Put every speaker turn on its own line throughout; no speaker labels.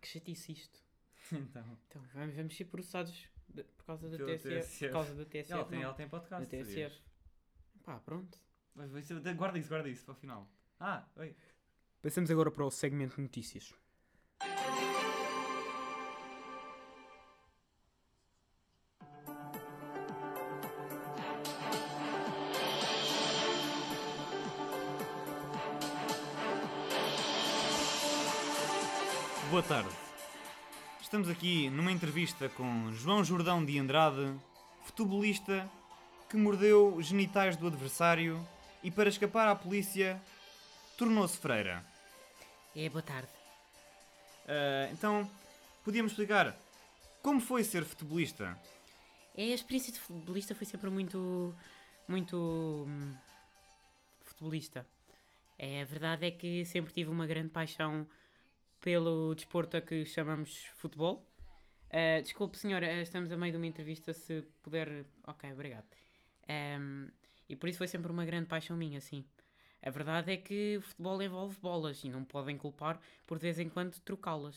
que chatice isto.
Então,
Então, vamos, vamos ser processados de- por causa da
Pelo
TSF.
TSF.
Por causa da TSF.
ela tem,
não.
ela tem podcast.
da
sabias?
TSF. Pá, pronto.
Mas vai ser- Guarda isso, guarda isso para o final. Ah, oi.
Passamos agora para o segmento de notícias.
Boa tarde. Estamos aqui numa entrevista com João Jordão de Andrade, futebolista que mordeu os genitais do adversário e, para escapar à polícia, tornou-se freira.
É, boa tarde.
Ah, então, podíamos explicar como foi ser futebolista?
É, a experiência de futebolista foi sempre muito. muito. hum, futebolista. É, a verdade é que sempre tive uma grande paixão pelo desporto a que chamamos futebol. Ah, desculpe, senhora, estamos a meio de uma entrevista, se puder. Ok, obrigado. Ahm, e por isso foi sempre uma grande paixão minha, sim. A verdade é que o futebol envolve bolas e não me podem culpar por de vez em quando trocá-las.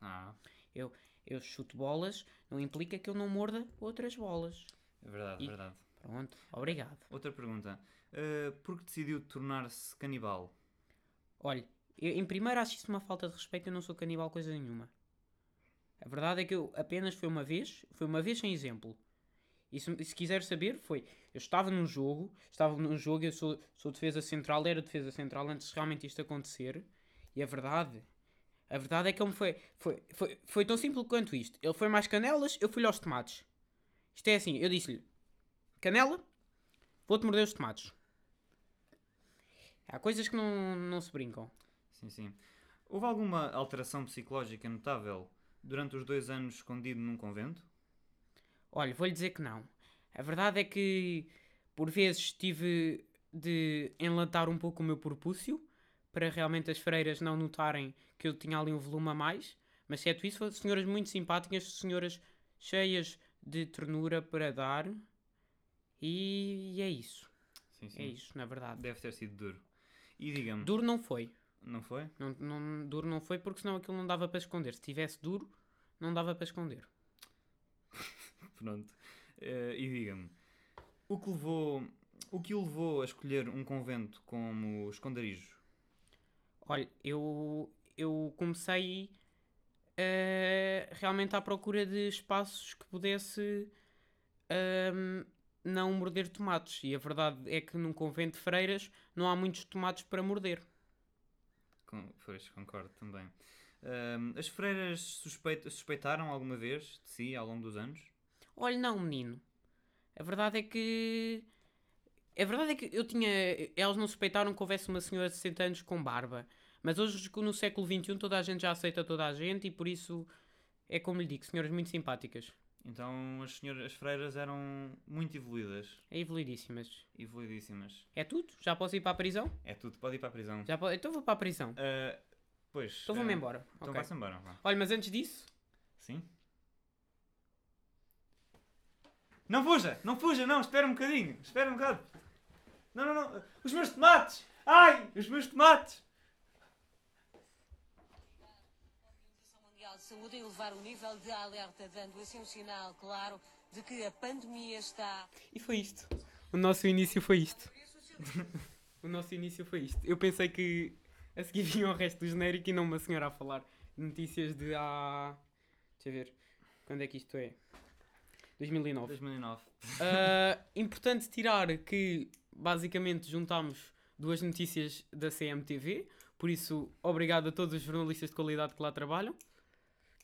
Ah,
Eu, eu chuto bolas, não implica que eu não morda outras bolas.
é verdade, é
E-
verdade.
Pronto, obrigado.
Outra pergunta. Ah, por que decidiu tornar-se canibal?
Olha, eu, em primeiro acho isso uma falta de respeito, eu não sou canibal coisa nenhuma. A verdade é que eu apenas foi uma vez, foi uma vez sem exemplo. E se, se quiser saber, foi, eu estava num jogo, estava num jogo, eu sou, sou defesa central, era defesa central antes de realmente isto acontecer, e a verdade, a verdade é que ele me foi, foi, foi, foi tão simples quanto isto. Ele foi mais canelas, eu fui-lhe aos tomates. Isto é assim, eu disse-lhe, canela, vou-te morder os tomates. Há coisas que não, não se brincam.
Sim, sim. Houve alguma alteração psicológica notável durante os dois anos escondido num convento?
Olha, vou-lhe dizer que não. A verdade é que por vezes tive de enlatar um pouco o meu propúcio para realmente as freiras não notarem que eu tinha ali um volume a mais. Mas, exceto isso, foram senhoras muito simpáticas, senhoras cheias de ternura para dar. E, é isso.
Sim,
É isso, na verdade.
Deve ter sido duro. E diga-me,
Duro não foi.
não foi?
Não, não- duro não foi porque senão aquilo não dava para esconder. Se tivesse duro, não dava para esconder.
Pronto. Eh, e diga-me, o que levou. O que o levou a escolher um convento como esconderijo?
Olha, eu, eu comecei eh, realmente à procura de espaços que pudesse ahm, não morder tomates. E a verdade é que num convento de freiras não há muitos tomates para morder.
Com, pois, concordo também. Ahm, as freiras suspeit- suspeitaram alguma vez de si ao longo dos anos?
Olha, não, menino. A verdade é que. A verdade é que eu tinha. Elas não suspeitaram que houvesse uma senhora de 60 anos com barba. Mas hoje, no século XXI, toda a gente já aceita toda a gente e por isso é como lhe digo, senhoras muito simpáticas.
Então as senhoras, as freiras eram muito evoluídas,
É evoluidíssimas.
evoluidíssimas.
É tudo? Já posso ir para a prisão?
É tudo, pode ir para a prisão.
Já po- Então vou para a prisão.
Ah, pois.
Então vou-me
ah,
embora.
Então
Ok.
vai-se embora, vá.
Olha, mas antes disso,
Sim? Não fuja! Não fuja, não! Espera um bocadinho! Espera um bocado! Não, não, não! Os meus tomates! Ai! Os meus tomates!
Organização Mundial de Saúde elevar o nível de alerta, dando assim um sinal claro de que a pandemia está.
e foi isto. O nosso início foi isto. O nosso início foi isto. Eu pensei que a seguir vinha o resto do genérico e não uma senhora a falar de notícias de há. Deixa eu ver. Quando é que isto é? 2009.
2009.
Ah, importante tirar que basicamente juntámos duas notícias da CMTV, por isso obrigado a todos os jornalistas de qualidade que lá trabalham.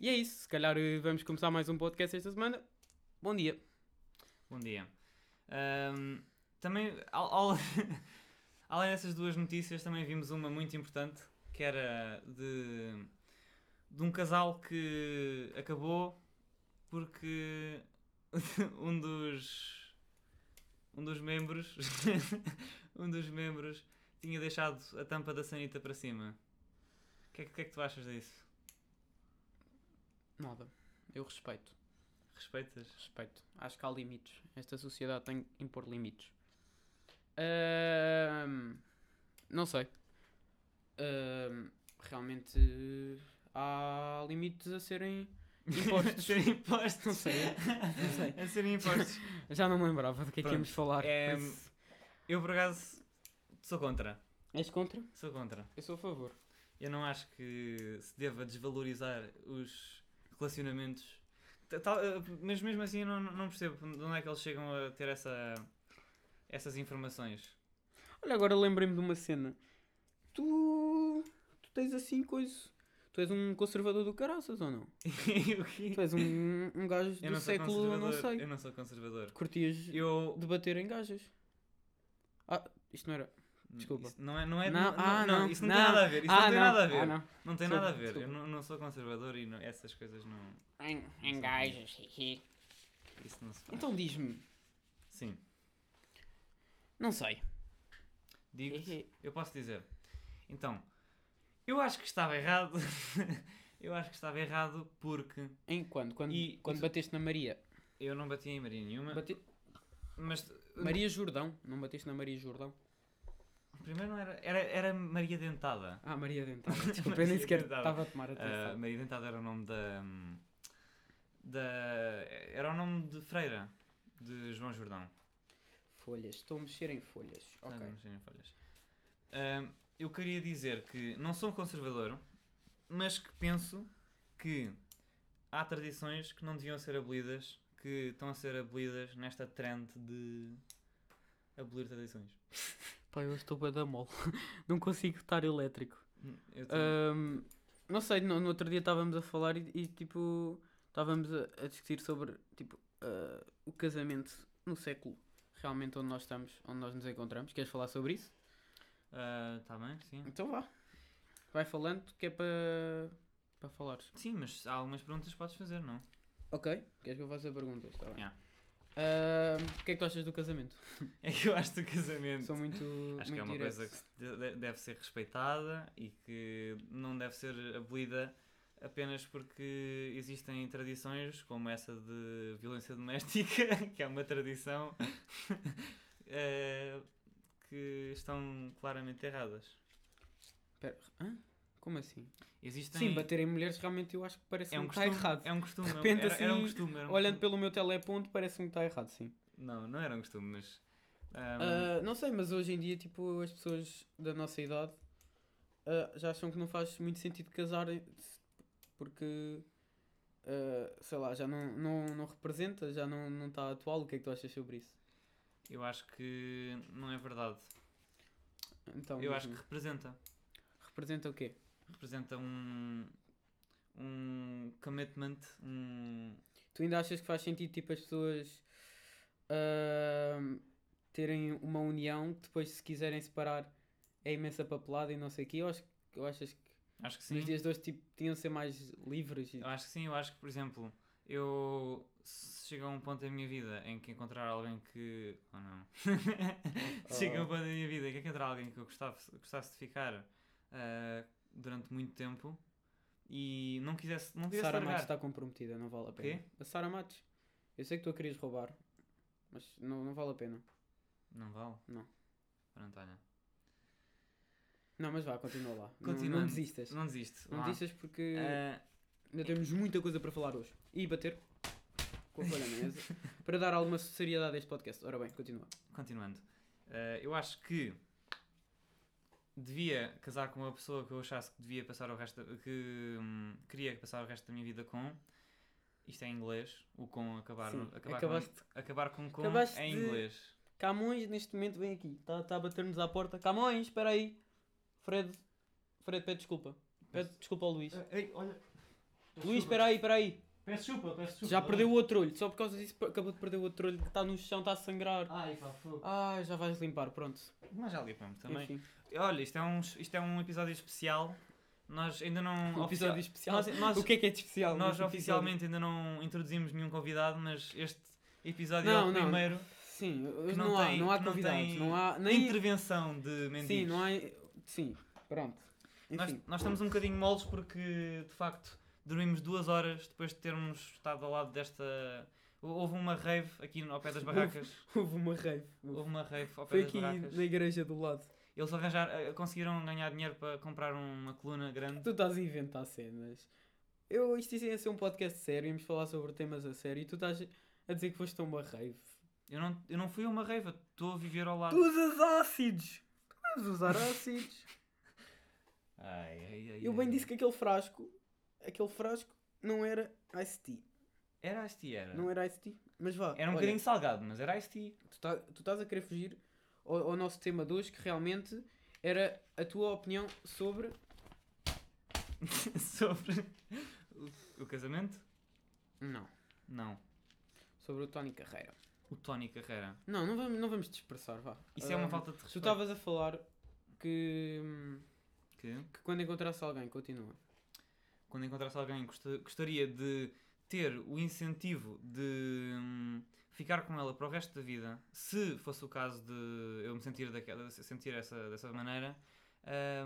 E é isso, se calhar eh, vamos começar mais um podcast esta semana. Bom dia.
Bom dia. Ahm, também, al- al- além dessas duas notícias, também vimos uma muito importante que era de, de um casal que acabou porque um dos um dos membros um dos membros tinha deixado a tampa da sanita para cima. O que, é, que- o que é que tu achas disso?
Nada, eu respeito,
Respeitas?
respeito. Acho que há limites. Esta sociedade tem que impor limites. Ah, Ahm, não sei. Ahm, Ah, realmente há limites a serem.
a
Impostos.
serem impostos.
Não sei, não sei.
a serem impostos.
Já não me lembrava do que é que
Pronto.
íamos falar.
É,
por isso-
Eu, por acaso, sou contra.
És contra?
Sou contra.
Eu sou a favor.
Eu não acho que se deva desvalorizar os relacionamentos. Ta- tal- eh, mas mesmo assim eu não, não percebo de onde é que eles chegam a ter essa, essas informações.
Olha, agora lembrei-me de uma cena. Tu. Tu tens assim coisa. Tu és um conservador do caraças ou não?
o quê?
Tu és um, um gajo
Eu
do
não sou
século, não
conservador.
sei.
Eu não sou conservador.
Curtias
Eu.
debater em gajas. Ah, isto não era. Desculpa.
Isso não é. Não é
Não, ah, não,
isso não, tem
não.
nada a ver. Isso
ah,
não tem nada a ver.
ah,
não.
não.
tem
Desculpa,
nada a ver. Eu
desculpa.
não, não sou conservador e não- essas coisas não.
Em, em gajas. hi, hi.
Isso não se faz.
Então diz-me.
Sim.
Não sei.
digo
Hi, hi.
Eu posso dizer. Então, eu acho que estava errado. eu acho que estava errado porque
Em quando? Quando,
E-
quando
isso-
bateste na Maria?
eu não bati em Maria nenhuma.
Bate-
Mas
Maria Jordão. Não bateste na Maria Jordão?
primeiro não era. Era, era Maria Dentada.
Ah, Maria Dentada. Desculpa, eu nem
Maria
sequer
Dentada.
estava a tomar
Ah,
atenção.
Maria Dentada era o nome da. da era o nome de Freira de João Jordão.
Folhas. Estou a mexer em folhas.
Ah,
Ok.
não sei nem falhas. Ah, eu queria dizer que não sou um conservador, mas que penso que há tradições que não deviam ser abolidas, que estão a ser abolidas nesta trend de abolir tradições.
Pá, eu estou bem da mole. não consigo estar elétrico.
Eu
Ah.
também-
Ahm, não sei, no, no outro dia estávamos a falar e, e, tipo, estávamos a, a discutir sobre tipo, ah, o casamento no século realmente onde nós estamos, onde nós nos encontramos. Queres falar sobre isso?
Ah, tá bem, sim.
Então vá. Vai falando que é para para falares.
Sim, mas há algumas perguntas que podes fazer, não?
Ok, queres que eu faça perguntas? Tá bem.
Yeah.
Ahm, o que é que tu achas do casamento?
É que eu acho que o casamento.
Sou muito.
Acho
muito
que é uma
direto.
coisa que se de- de- deve ser respeitada e que não deve ser abolida apenas porque existem tradições como essa de violência doméstica, que é uma tradição eh, que estão claramente erradas.
Pera, hã? Como assim?
Existem,
Sim, bater em mulheres realmente eu acho que parece
é um
que está
costume,
errado.
É um costume,
De
é um-
repente,
era, era um
assim,
costume. Era um
Olhando
costume.
pelo meu teleponto, parece-me que está errado, sim.
Não, não era um costume, mas. ah,
Ah, não sei, mas hoje em dia, tipo, as pessoas da nossa idade ah, já acham que não faz muito sentido casarem se- porque, ah, sei lá, já não, não, não representa, já não não está atual. O que é que tu achas sobre isso?
eu acho que não é verdade.
Então,
Eu acho que
diz-me,
representa.
representa o quê?
representa um um commitment, um
Tu ainda achas que faz sentido, tipo, as pessoas ah, terem uma união que depois, se quiserem separar, é imensa papelada e não sei o quê? Ou acho, ou achas que
acho que
nos
sim. Ah,
dias de hoje tipo, tinham de ser mais livres? E...
Eu acho que sim, eu acho que por exemplo, eu se chega a um ponto da minha vida em que encontrar alguém que ou não. Se chega a um ponto da minha vida em que encontrar alguém que eu gostasse, gostasse de ficar ah, durante muito tempo e não quisesse, não quisesse
Sara Matos
largar.
está comprometida, não vale a
quê?
pena. A Sara Matos, eu sei que tu a querias roubar, mas não, não vale a pena.
Não vale?
Não.
Pronto, olha.
Não, mas vá, continua lá. Não- Não,
Continuando.
desistas. Não,
Não desisto. vá.
desistas porque
Ah,
ainda temos muita coisa para falar hoje. E bater com a folha na mesa para dar alguma seriedade a este podcast. Ora bem, continua.
Continuando. Eh, eu acho que devia casar com uma pessoa que eu achasse que devia passar o resto da- que hum, queria passar o resto da minha vida com. Isto é em inglês. O com acabar,
Sim,
no- acabar
acabaste-
com acabar com com
acabaste
em
de-
inglês.
Camões, neste momento, vem aqui. Está tá a bater-nos à porta. Camões, espera aí. Fred, Fred, pede desculpa. Pede desculpa ao Luís.
Ei, olha.
Luís, espera aí, espera aí.
Peço desculpa, peço
Já perdeu um. o outro olho, só por causa disso acabou de perder o outro olho, está no chão, está a sangrar.
Ai, pá, fogo.
Ah, já vais limpar, pronto.
Mas já limpamos também.
Enfim,
Olha, isto é, um, isto é um episódio especial. Nós ainda não.
um episódio
ofici-
especial.
Nós- nós-
o que é que é de especial?
Nós
neste episódio?
oficialmente ainda não introduzimos nenhum convidado, mas este episódio é
Não,
o
não.
primeiro.
Sim,
que
hoje não, há,
tem-
não há
que não
convidados,
tem
não, há
Nem...
nem.
Intervenção de mendigos.
Sim, não há. Sim, pronto.
nós,
Enfim,
nós estamos um bocadinho moles porque, de facto, dormimos duas horas depois de termos estado ao lado desta... Houve uma rave aqui no- ao pé das barracas.
houve uma rave.
Houve uma rave ao pé
Foi
das
aqui
barracas.
na igreja do lado.
Eles arranjar, eh, conseguiram ganhar dinheiro para comprar uma coluna grande.
Tu estás a inventar cenas. Eu, isto ia ser um podcast sério, íamos falar sobre temas a sério e tu estás a dizer que foste a uma rave.
Eu não, eu não fui a uma raiva, estou a viver ao lado.
usas ácidos! Tu deves usar ácidos!
Ai, ai, ai,
Eu bem
ai.
disse que aquele frasco, aquele frasco não era iced tea.
Era iced tea, era.
Não era iced tea, mas vá.
É. Era um
olha,
bocadinho salgado, mas era iced tea.
Tu, tá- tu estás a querer fugir ao, ao nosso tema de hoje, que realmente era a tua opinião sobre...
Sobre o, o casamento?
Não,
Não.
sobre o Tony Carreira.
O Tony Carreira.
Não, não vamos, não vamos dispersar, vá.
Isso é uma
Ah,
falta de
Tu
respeito.
estavas a falar que, hum,
Que
que quando encontrasse alguém, continua.
quando encontrasse alguém, gosta- gostaria de ter o incentivo de hum, ficar com ela para o resto da vida, se fosse o caso de eu me sentir, daquela, se- sentir essa, dessa maneira,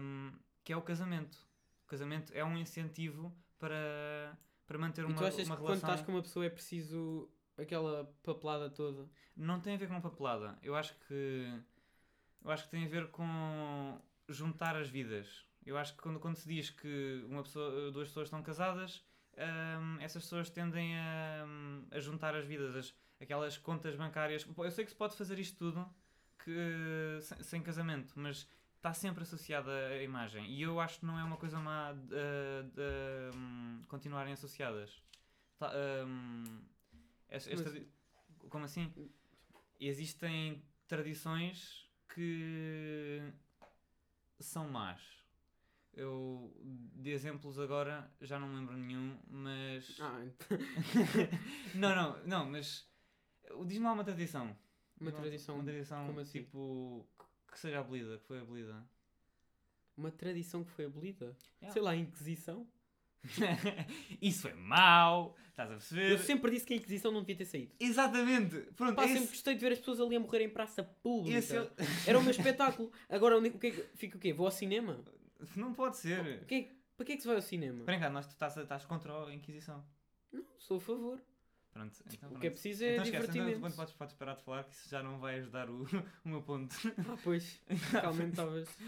hum, que é o casamento. O casamento é um incentivo para, para manter
e
uma,
tu achas
uma
que quando
relação.
estás com uma pessoa é preciso aquela papelada toda?
Não tem a ver com papelada. Eu acho que. Eu acho que tem a ver com juntar as vidas. Eu acho que quando, quando se diz que uma pessoa, duas pessoas estão casadas, hum, essas pessoas tendem a, hum, a juntar as vidas, as- aquelas contas bancárias. Eu sei que se pode fazer isto tudo que, sem, sem casamento, mas está sempre associada a imagem. E eu acho que não é uma coisa má de, de, hum, continuarem associadas. Tá, hum, esta- esta- Como assim? existem tradições que são más. Eu, de exemplos agora, já não me lembro nenhum, mas.
Ah, ent-
não, não, não, mas. Diz-me lá uma tradição.
uma
Diz-me lá
tradição.
Uma tradição
como assim?
tipo. que- Que seja abolida, que foi abolida.
Uma tradição que foi abolida?
Yeah.
Sei lá, a Inquisição?
Isso é mau! Estás a perceber?
Eu sempre disse que a Inquisição não devia ter saído.
Exatamente! Pronto,
Pá, sempre
esse,
gostei de ver as pessoas ali a morrer em praça pública.
esse é-
Era o meu espetáculo. Agora, onde, o que é que, fica o quê? Vou ao cinema?
Não pode
O
ser!
que é que- para que é que se vai ao cinema?
Vem cá, nós tu estás, estás contra a Inquisição.
Sou a favor.
Pronto, então
O que é
pronto.
preciso é
então esquece, então,
divertimento.
quando podes, podes parar de falar que isso já não vai ajudar o, o meu ponto.
Ah, pois. então, Realmente estavas.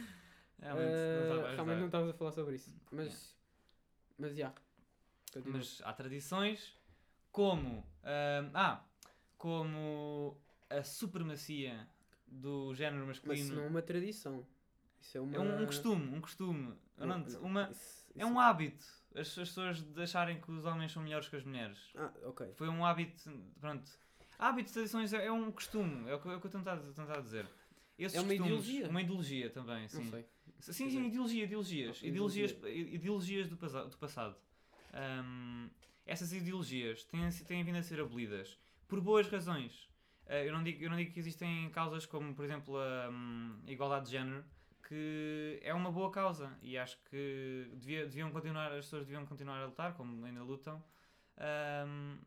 Realmente,
Ah,
não tá- vai ajudar.
realmente não estavas a falar sobre isso. Mas. Mas já. Continua.
Mas há tradições como. ahm, ah, como a supremacia do género
Mas isso
masculino.
não é uma tradição. Isso é uma.
É um, um costume, um costume.
Não,
Não,
não,
uma,
isso-
é
isso-
um hábito. As, as pessoas de acharem que os homens são melhores que as mulheres.
Ah, ok.
Foi um hábito. Pronto. Hábito de tradições é, é um costume. É o que, é o que eu estou a tentar dizer. Esses
É uma
costumes-
ideologia?
Uma ideologia também, sim.
Não sei.
Sim, sim, ideologia, ideologias.
Ok,
ideologias, eh, ideologias do, pasa- do passado. Ahm, essas ideologias têm, têm vindo a ser abolidas por boas razões. Ah, eu, não digo, eu não digo que existem causas como, por exemplo, a hum, igualdade de género, que é uma boa causa e acho que devia- deviam continuar, as pessoas deviam continuar a lutar, como ainda lutam, ahm,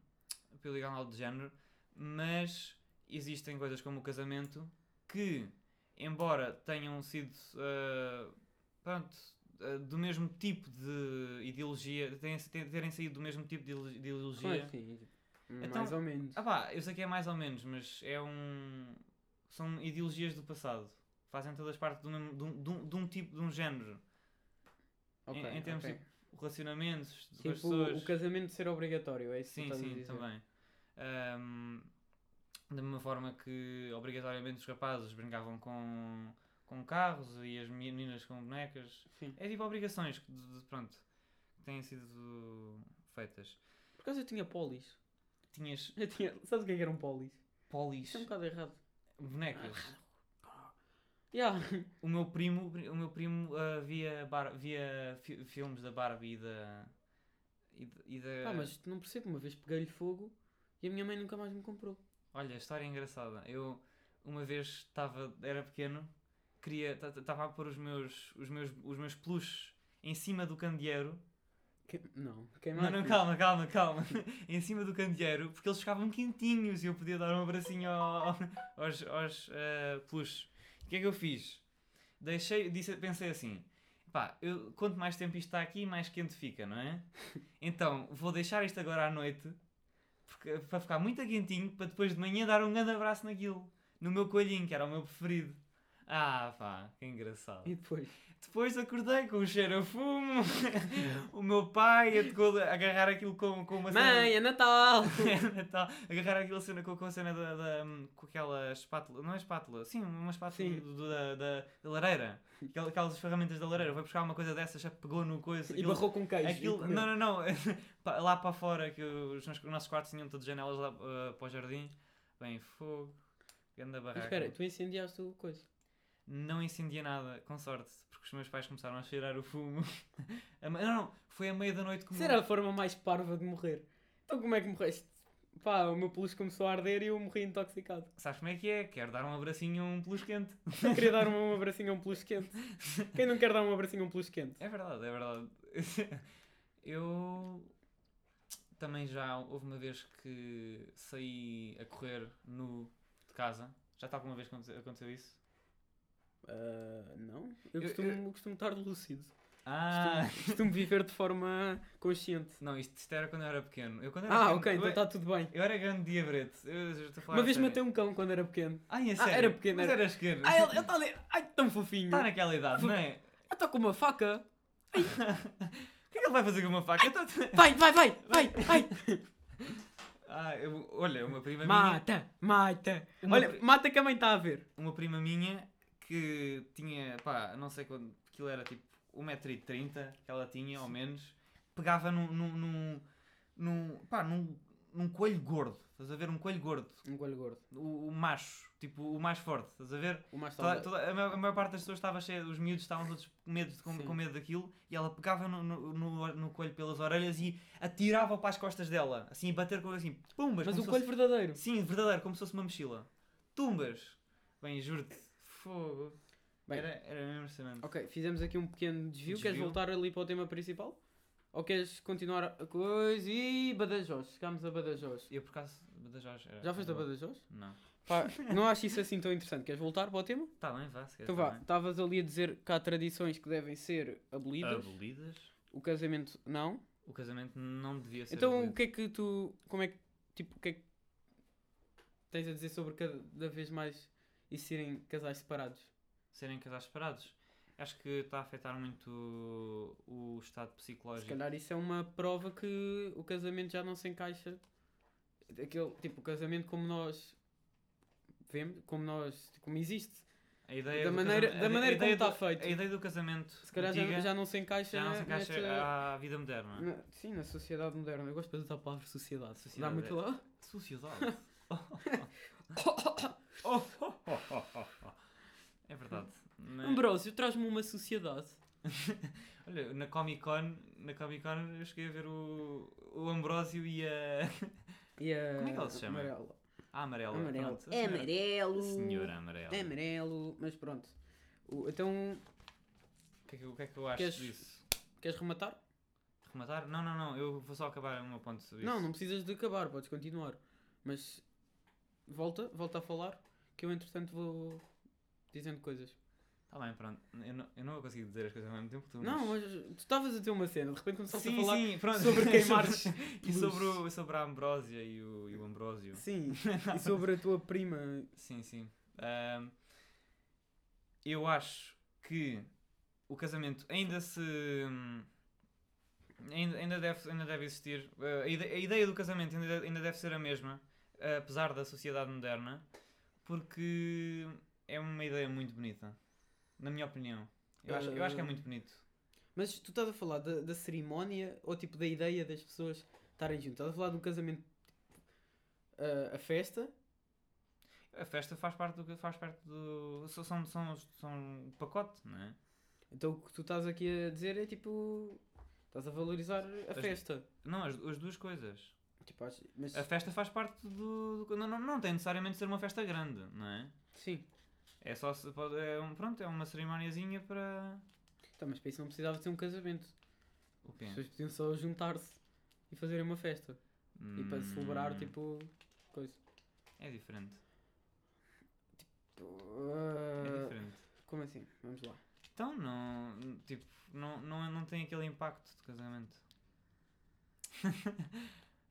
pelo igualdade de género, mas existem coisas como o casamento que, embora tenham sido ah, pronto, ah, do mesmo tipo de ideologia, tenham- terem saído do mesmo tipo de ide- de
Como
ideologia.
assim?
Então-
Mais ou menos.
Ah pá, eu sei que é mais ou menos, mas é um. São ideologias do passado. Fazem todas parte do mesmo- de um, de um- de um tipo, de um género.
Ok,
em termos
ok.
Relacionamentos com as
Tipo,
pessoas.
o casamento ser obrigatório, é isso que
Sim,
estás a
sim,
dizer.
também. Ahm, da mesma forma que obrigatoriamente os rapazes brincavam com, com carros e as meninas com bonecas.
Sim.
É tipo obrigações que, de- de- pronto, que têm sido feitas.
Por acaso eu tinha polis.
Tinhas
Eu tinha... Sabes o que é que era um polis?
polis,
Isto é um bocado errado.
bonecas.
Yeah.
O meu primo, o meu primo ah, via, bar- via fi- filmes da Barbie e da. E da, e da-
Pá, mas não percebo. Uma vez peguei-lhe fogo e a minha mãe nunca mais me comprou.
Olha, história é engraçada. Eu uma vez estava, era pequeno, queria, estava a pôr os meus, os meus, os meus peluches em cima do candeeiro.
Que- Não, queimar.
Não, não, calma, calma, calma. em cima do candeeiro, porque eles ficavam quentinhos e eu podia dar um abracinho ao- ao- aos, aos ah, peluches. O que é que eu fiz? Deixei, disse, pensei assim, pá, eu, quanto mais tempo isto está aqui, mais quente fica, não é? Então, vou deixar isto agora à noite, porque- para ficar muito quentinho, para depois de manhã dar um grande abraço naquilo, no meu coelhinho, que era o meu preferido. Ah, pá, que engraçado.
E depois?
Depois acordei com o cheiro a fumo, o meu pai a tocou- a agarrar aquilo com, com uma
Mãe, é Natal!
cena. Natal, agarrar aquilo cena com, com a cena da, da- com aquela espátula, não é espátula, sim, uma espátula
Sim.
do- do- da, da, da lareira, Aquela- aquelas ferramentas da lareira, foi buscar uma coisa dessas, já pegou no coisa,
E
aquilo-
barrou com queijo. e
Aquilo,
comeu.
não, não, não. Pa- lá para fora, que os, nos- os nossos quartos tinham todas janelas lá eh, para o jardim. Bem, fogo. Grande
Mas
barraca.
espera, tu incendiaste o coisa.
Não incendia nada, com sorte, porque os meus pais começaram a cheirar o fumo. A me- não, não, foi a meia da noite que
Isso era a forma mais parva de morrer. Então como é que morreste? Pá, o meu peluche começou a arder e eu morri intoxicado.
Sabes como é que é? Quero dar um abracinho a um peluche quente.
Eu queria dar um abracinho a um peluche quente. Quem não quer dar um abracinho a um peluche quente?
É verdade, é verdade. Eu também já houve uma vez que saí a correr nu de casa. Já tal alguma vez aconte- aconteceu isso?
Ah, não. Eu
Eu-
costumo, costumo estar lúcido.
Ah!
Costumo, costumo viver de forma consciente.
Não, isto, isto era quando eu era pequeno. Eu, quando era
Ah,
pequeno-
ok, então
eu,
está tudo bem.
eu era grande diabrete. Eu, já estou a falar
Uma
a
vez
sério.
matei um cão quando era pequeno.
Ai, a
Ah,
sério?
era pequeno,
Mas
era.
eras pequeno.
Ah, ele está ali. Ai, tão fofinho.
Está naquela idade, não é?
Eu estou com uma faca.
O que é que ele vai fazer com uma faca? Eu tô-
Vai, vai, vai, vai, vai.
Ah, eu- olha, uma prima minha...
Mata, mata.
Uma
Olha,
pri-
mata que a mãe está a ver.
Uma prima minha que tinha, pá, não sei quando... Aquilo era tipo 1,30m que ela tinha, ao menos. Pegava num... num, num, num pá, num, num coelho gordo. Estás a ver? Um coelho gordo.
Um coelho gordo.
O, o macho. Tipo, o mais forte. Estás a ver?
O mais
Toda-
saudável.
toda- a, maior, a maior parte das pessoas estava cheia, os miúdos estavam todos com medo, de- com,
Sim.
com medo daquilo e ela pegava no, no, no, no coelho pelas orelhas e atirava para as costas dela, assim, a bater com assim, pumbas,
Mas
como
o
se
coelho verdadeiro.
fosse, Sim, verdadeiro, como se fosse uma mochila. Tumbas! Bem, juro-te, fogo.
Bem.
era, era mesmo impressionante.
Ok, fizemos aqui um pequeno desvio. Queres
Desvio.
voltar ali para o tema principal? Ou queres continuar a coisa? E Badajoz, chegámos a Badajoz.
Eu por acaso, Badajoz. Era,
Já foste a
era-
Badajoz?
Não.
Pá, não acho isso assim tão interessante. Queres voltar para o tema?
Tá bem, vá, se queres.
Então
tá
vá,
bem.
estavas ali a dizer que há tradições que devem ser abolidas.
Abolidas.
O casamento não.
O casamento não devia ser.
então o
abolido.
que é que tu. Como é que. Tipo, o que é que. Tens a dizer sobre cada vez mais existirem casais separados?
Serem casais separados. Acho que está a afetar muito o, o estado
Se
psicológico
calhar isso é uma prova que o casamento já não se encaixa. Aquele, tipo, o casamento como nós vemos, como nós, como existe.
A ideia
Da
do
maneira-
casam-
da
a- a
maneira
ideia
como
do-
está feito.
A ideia do casamento
Se calhar já,
antiga
já não se encaixa,
já não se encaixa ah.
nesta-
à vida moderna.
na- sim, na sociedade moderna. Eu gosto de usar a palavra sociedade. é.
Sociedade.
Dá muito lá.
Sociedade. Oh, É verdade. Mas-
Ambrósio, traz-me uma sociedade.
olha, na Comic Con, na Comic Con eu cheguei a ver o, o Ambrósio e a,
E a
Como é que ela se chama?
Amarela.
a Amarela.
Amarelo.
Pronto, a
É
senhora-
amarelo.
a Senhora Amarela.
É amarelo. Mas pronto. O- então,
O que é que, eu- o que é que eu acho
Queres-
disso?
queres rematar?
Rematar? Não, não, não. Eu vou só acabar uma ponte sobre
Não,
isso.
não precisas de acabar, podes continuar. Mas volta, volta a falar, que eu entretanto vou dizendo coisas.
Tá bem, pronto. Eu não, eu não vou conseguir dizer as coisas ao mesmo tempo que tu.
Não,
mas-
mas tu estavas a ter uma cena, de repente começaste
Sim,
a falar.
sim, pronto.
sobre queimares
e
luz.
sobre, o- sobre a Ambrósia e o, e o Ambrósio.
Sim, e sobre a tua prima.
Sim, sim. Ahm, eu acho que o casamento ainda se. hum, Ainda, ainda, deve, ainda deve existir. Ah, a, ide- a ideia do casamento ainda deve, ainda deve ser a mesma, apesar da sociedade moderna, porque é uma ideia muito bonita. Na minha opinião. Eu acho, eu acho que é
Ah.
muito bonito.
Mas tu estás a falar da, da cerimónia ou tipo da ideia das pessoas estarem juntas? Estás a falar do casamento, ah, a festa?
A festa faz parte do. Faz parte do são, são, são, são um pacote, não é?
Então o que tu estás aqui a dizer é tipo. Estás a valorizar a
As-
festa.
Não, as, as duas coisas.
Tipo, acho- mas.
A festa faz parte do. do- não, não, não tem necessariamente de ser uma festa grande, não é?
Sim.
É só se pode. É um, pronto, é uma cerimoniazinha para.
Então, mas para isso não precisava ter um casamento.
O quê?
As pessoas podiam só juntar-se e fazerem uma festa. E para celebrar,
Hum,
tipo. coisa.
É diferente. É
Uh,
diferente.
como assim? Vamos lá.
Então não. Tipo, não, não, não tem aquele impacto de casamento.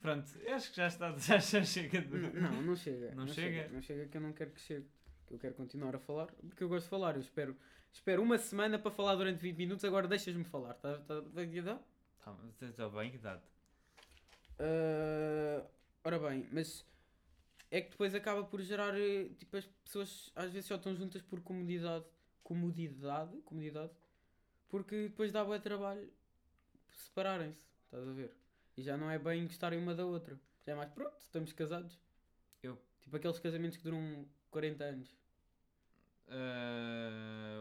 pronto, eu acho que já está. Já, já chega de.
Não, não chega.
Não chega?
Não chega que eu não quero que chegue. que eu quero continuar a falar, porque eu gosto de falar. Eu espero, espero uma semana para falar durante 20 minutos, agora deixas-me falar. Tá, tá, tá, tá?
Está bem, que idade.
Ah, ora bem, mas é que depois acaba por gerar, eh, tipo, as pessoas às vezes só estão juntas por comodidade, comodidade, comodidade, porque depois dá bué trabalho separarem-se, estás a ver? E já não é bem gostarem uma da outra. Já é mais, pronto, estamos casados.
Eu-
Tipo aqueles casamentos que duram 40 anos.
Ah,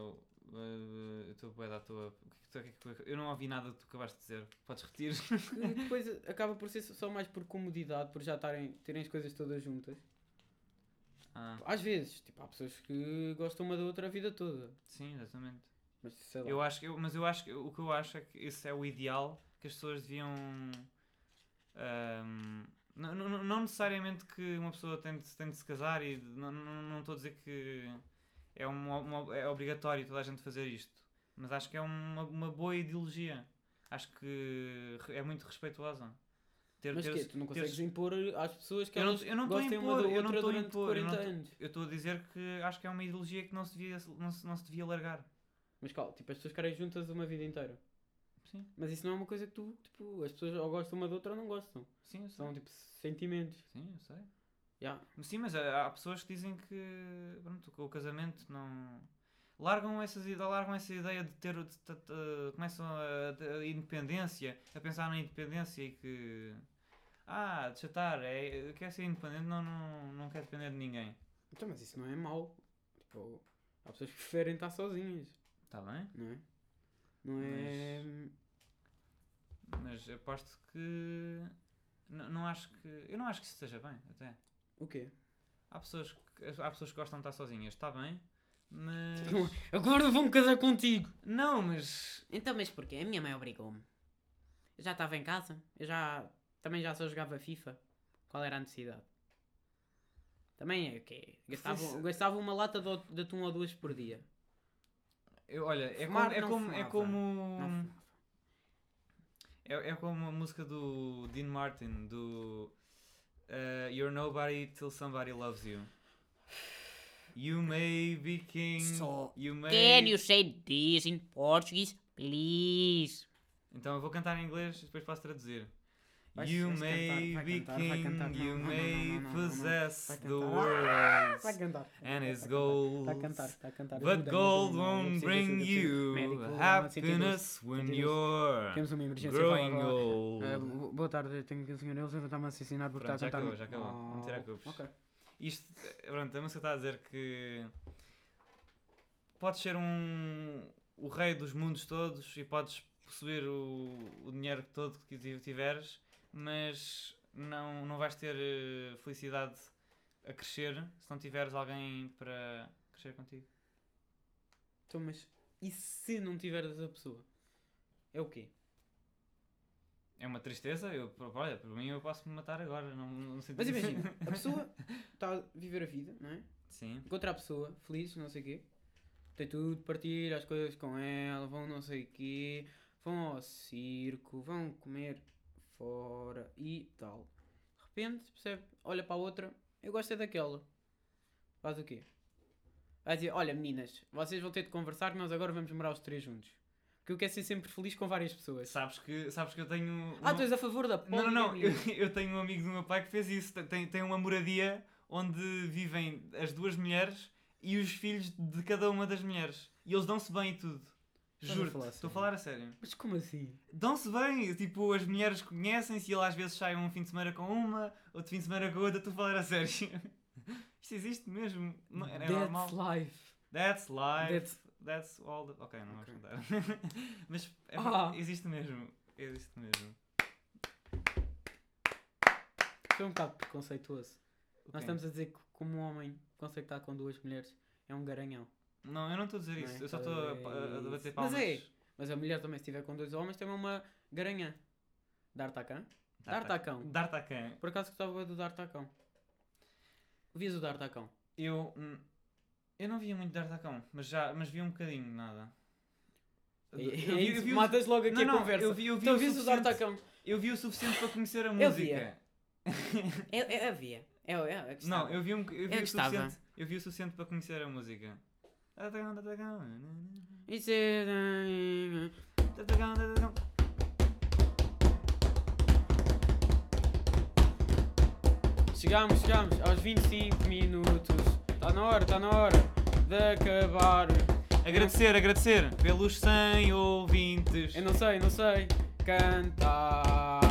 ah, eu estou bué da tua. o que é que tu- o que é que- Eu não ouvi nada do que tu acabaste de dizer. Podes repetir?
Que depois acaba por ser só mais por comodidade, por já estarem, terem as coisas todas juntas.
Ah,
Às vezes, tipo, há pessoas que gostam uma da outra a vida toda.
sim, exatamente.
Mas sei lá.
Eu acho que, eu- mas eu acho que o que eu acho é que isso é o ideal que as pessoas deviam. ahm, não, não, não necessariamente que uma pessoa tem de, tem de se casar e de- não, não, não estou a dizer que é, uma, uma- é obrigatório toda a gente fazer isto, mas acho que é uma, uma boa ideologia. Acho que re- é muito respeituosa. Ter,
Mas
ter-
quê? Tu não
ter-
consegues impor às pessoas que
Eu não-
elas
eu não tô a
gostem uma
impor,
da
eu não
outra
tô a
durante
impor, eu não
40
tô-
anos.
Eu estou a dizer que acho que é uma ideologia que não se devia, não se, não se devia largar.
Mas calma, tipo, as pessoas querem juntas uma vida inteira.
Sim,
Mas isso não é uma coisa que tu, tipo, as pessoas ou gostam uma da outra ou não gostam.
sim, eu sei.
São, tipo, sentimentos.
Sim, eu sei.
Ya.
Sim, mas há há pessoas que dizem que pronto, que o casamento não. Largam, essas, ide- largam essa ideia de ter. De, de- de- começam a, de- a independência, a pensar na independência e que. Ah, deixa estar, é, quer ser independente, não, não, não quer depender de ninguém.
Então, mas isso não é mau. Tipo, há pessoas que preferem estar sozinhas,
Está Tá bem?
não é? Não é...
Mas aposto que. Não, não acho que. Eu não acho que isso esteja bem, até.
O quê?
Há pessoas, que, há pessoas que gostam de estar sozinhas, está bem, mas.
Agora vão casar contigo!
Não, mas.
Então, mas porquê? A minha mãe obrigou-me. Eu já estava em casa. Eu já... Também já só jogava FIFA. Qual era a necessidade? Também é o quê? Gastava,
Foi-
gastava uma lata de, o- de atum ou duas por dia.
Eu, olha, é
Fumar
como. É
não
como,
fumava.
é
Não
como
fumava.
é, é como a música do Dean Martin, do eh, You're Nobody Till Somebody Loves You. You may be king.
Só
you may...
Can you say this in Portuguese, please?
Então eu vou cantar em inglês e depois posso traduzir.
Vai-
you
vais
may
cantar, vai
be
cantar, vai
king,
cantar. Não,
you
não, não,
may
não, não, não, não.
possess
Vai
the
cantar.
world
cantar.
and its gold.
Está a cantar, está a cantar.
But
Ajuda-me,
gold
ajuda-me.
won't
Eu preciso,
bring
eu preciso. Médico,
you
não, não sinto isso.
happiness when
Sentido isso.
you're
Temos uma emergência.
growing
fala agora.
old.
Ah, bo- boa tarde, tenho um que ensinar eles, eu está-me a assassinar porque
Pronto,
está a cantar.
já acabou, já acabou. Não tirar cubos.
Ok.
Isto, pronto, a música está a dizer que podes ser um o rei dos mundos todos e podes possuir o, o dinheiro todo que ti- tiveres, mas não, não vais ter eh, felicidade a crescer se não tiveres alguém para crescer contigo.
Então, mas e se não tiveres a pessoa? É o quê?
É uma tristeza, eu, por- olha, por mim eu posso me matar agora, não, não sinto
Mas
isso.
imagina, a pessoa está a viver a vida, não é?
Sim,
Encontra a pessoa, feliz, não sei o quê. Tem tudo, partilha as coisas com ela, vão não sei o quê, vão ao circo, vão comer fora e tal. De repente, percebe, olha para a outra, eu gosto é daquela. Faz o quê? Vai dizer, olha meninas, vocês vão ter de conversar, mas agora vamos morar os três juntos. Porque eu quero ser sempre feliz com várias pessoas.
sabes que, sabes que eu tenho.
Ah,
uma-
tu és a favor da
Não, não, não. Eu,
poligamia.
eu tenho um amigo do meu pai que fez isso. Tem- Tem, tem uma moradia onde vivem as duas mulheres e os filhos de cada uma das mulheres. E eles dão-se bem e tudo.
Estás a
Juro.
falar a
Estou a
sério?
falar a sério.
Mas como assim?
Dão-se bem. Tipo, as mulheres conhecem-se e ele às vezes sai um fim de semana com uma, outro fim de semana com outra. Estou a falar a sério. Isto existe mesmo. Não, é normal.
That's life.
That's life. That's,
That's-
all. the- Ok, não
Ok.
vamos cantar. Mas é
Ah.
ver- existe mesmo. Existe mesmo.
Foi um bocado preconceituoso. Nós
Ok.
estamos a dizer que como um homem consegue estar com duas mulheres é um garanhão.
Não, eu não estou a dizer
Não
isso.
é?
Eu só
Estás
estou
a
a,
dizer
a- a bater
isso.
palmas.
Mas é, Mas a mulher também, se estiver com dois homens, também é uma garanhã. D'Artacão? D'Artacão.
D'Artacão.
Por acaso gostava bué do D'Artacão. Vias o D'Artacão?
Eu. hum, Eu não via muito D'Artacão, mas já. Mas via um bocadinho, nada.
É
Eu- eu vi- eu
E- e
vi o-
Matas logo aqui
Não,
a
não,
conversa.
eu vi- eu vi
então
o
vias o
suficiente.
D'Artacão?
Eu vi o suficiente para conhecer a
Eu
música.
via. Eu, eu, eu via. Eu, eu, eu
Não, eu vi um. Eu vi
Eu
o
gostava.
suficiente. eu vi o suficiente para conhecer a música. Tatagão, tatagão, nananã.
Isso é.
Tatagão, tatagão.
Chegamos, chegamos aos 25 minutos. Está na hora, está na hora de acabar.
Agradecer, agradecer pelos 100 ouvintes.
Eu não sei, não sei cantar.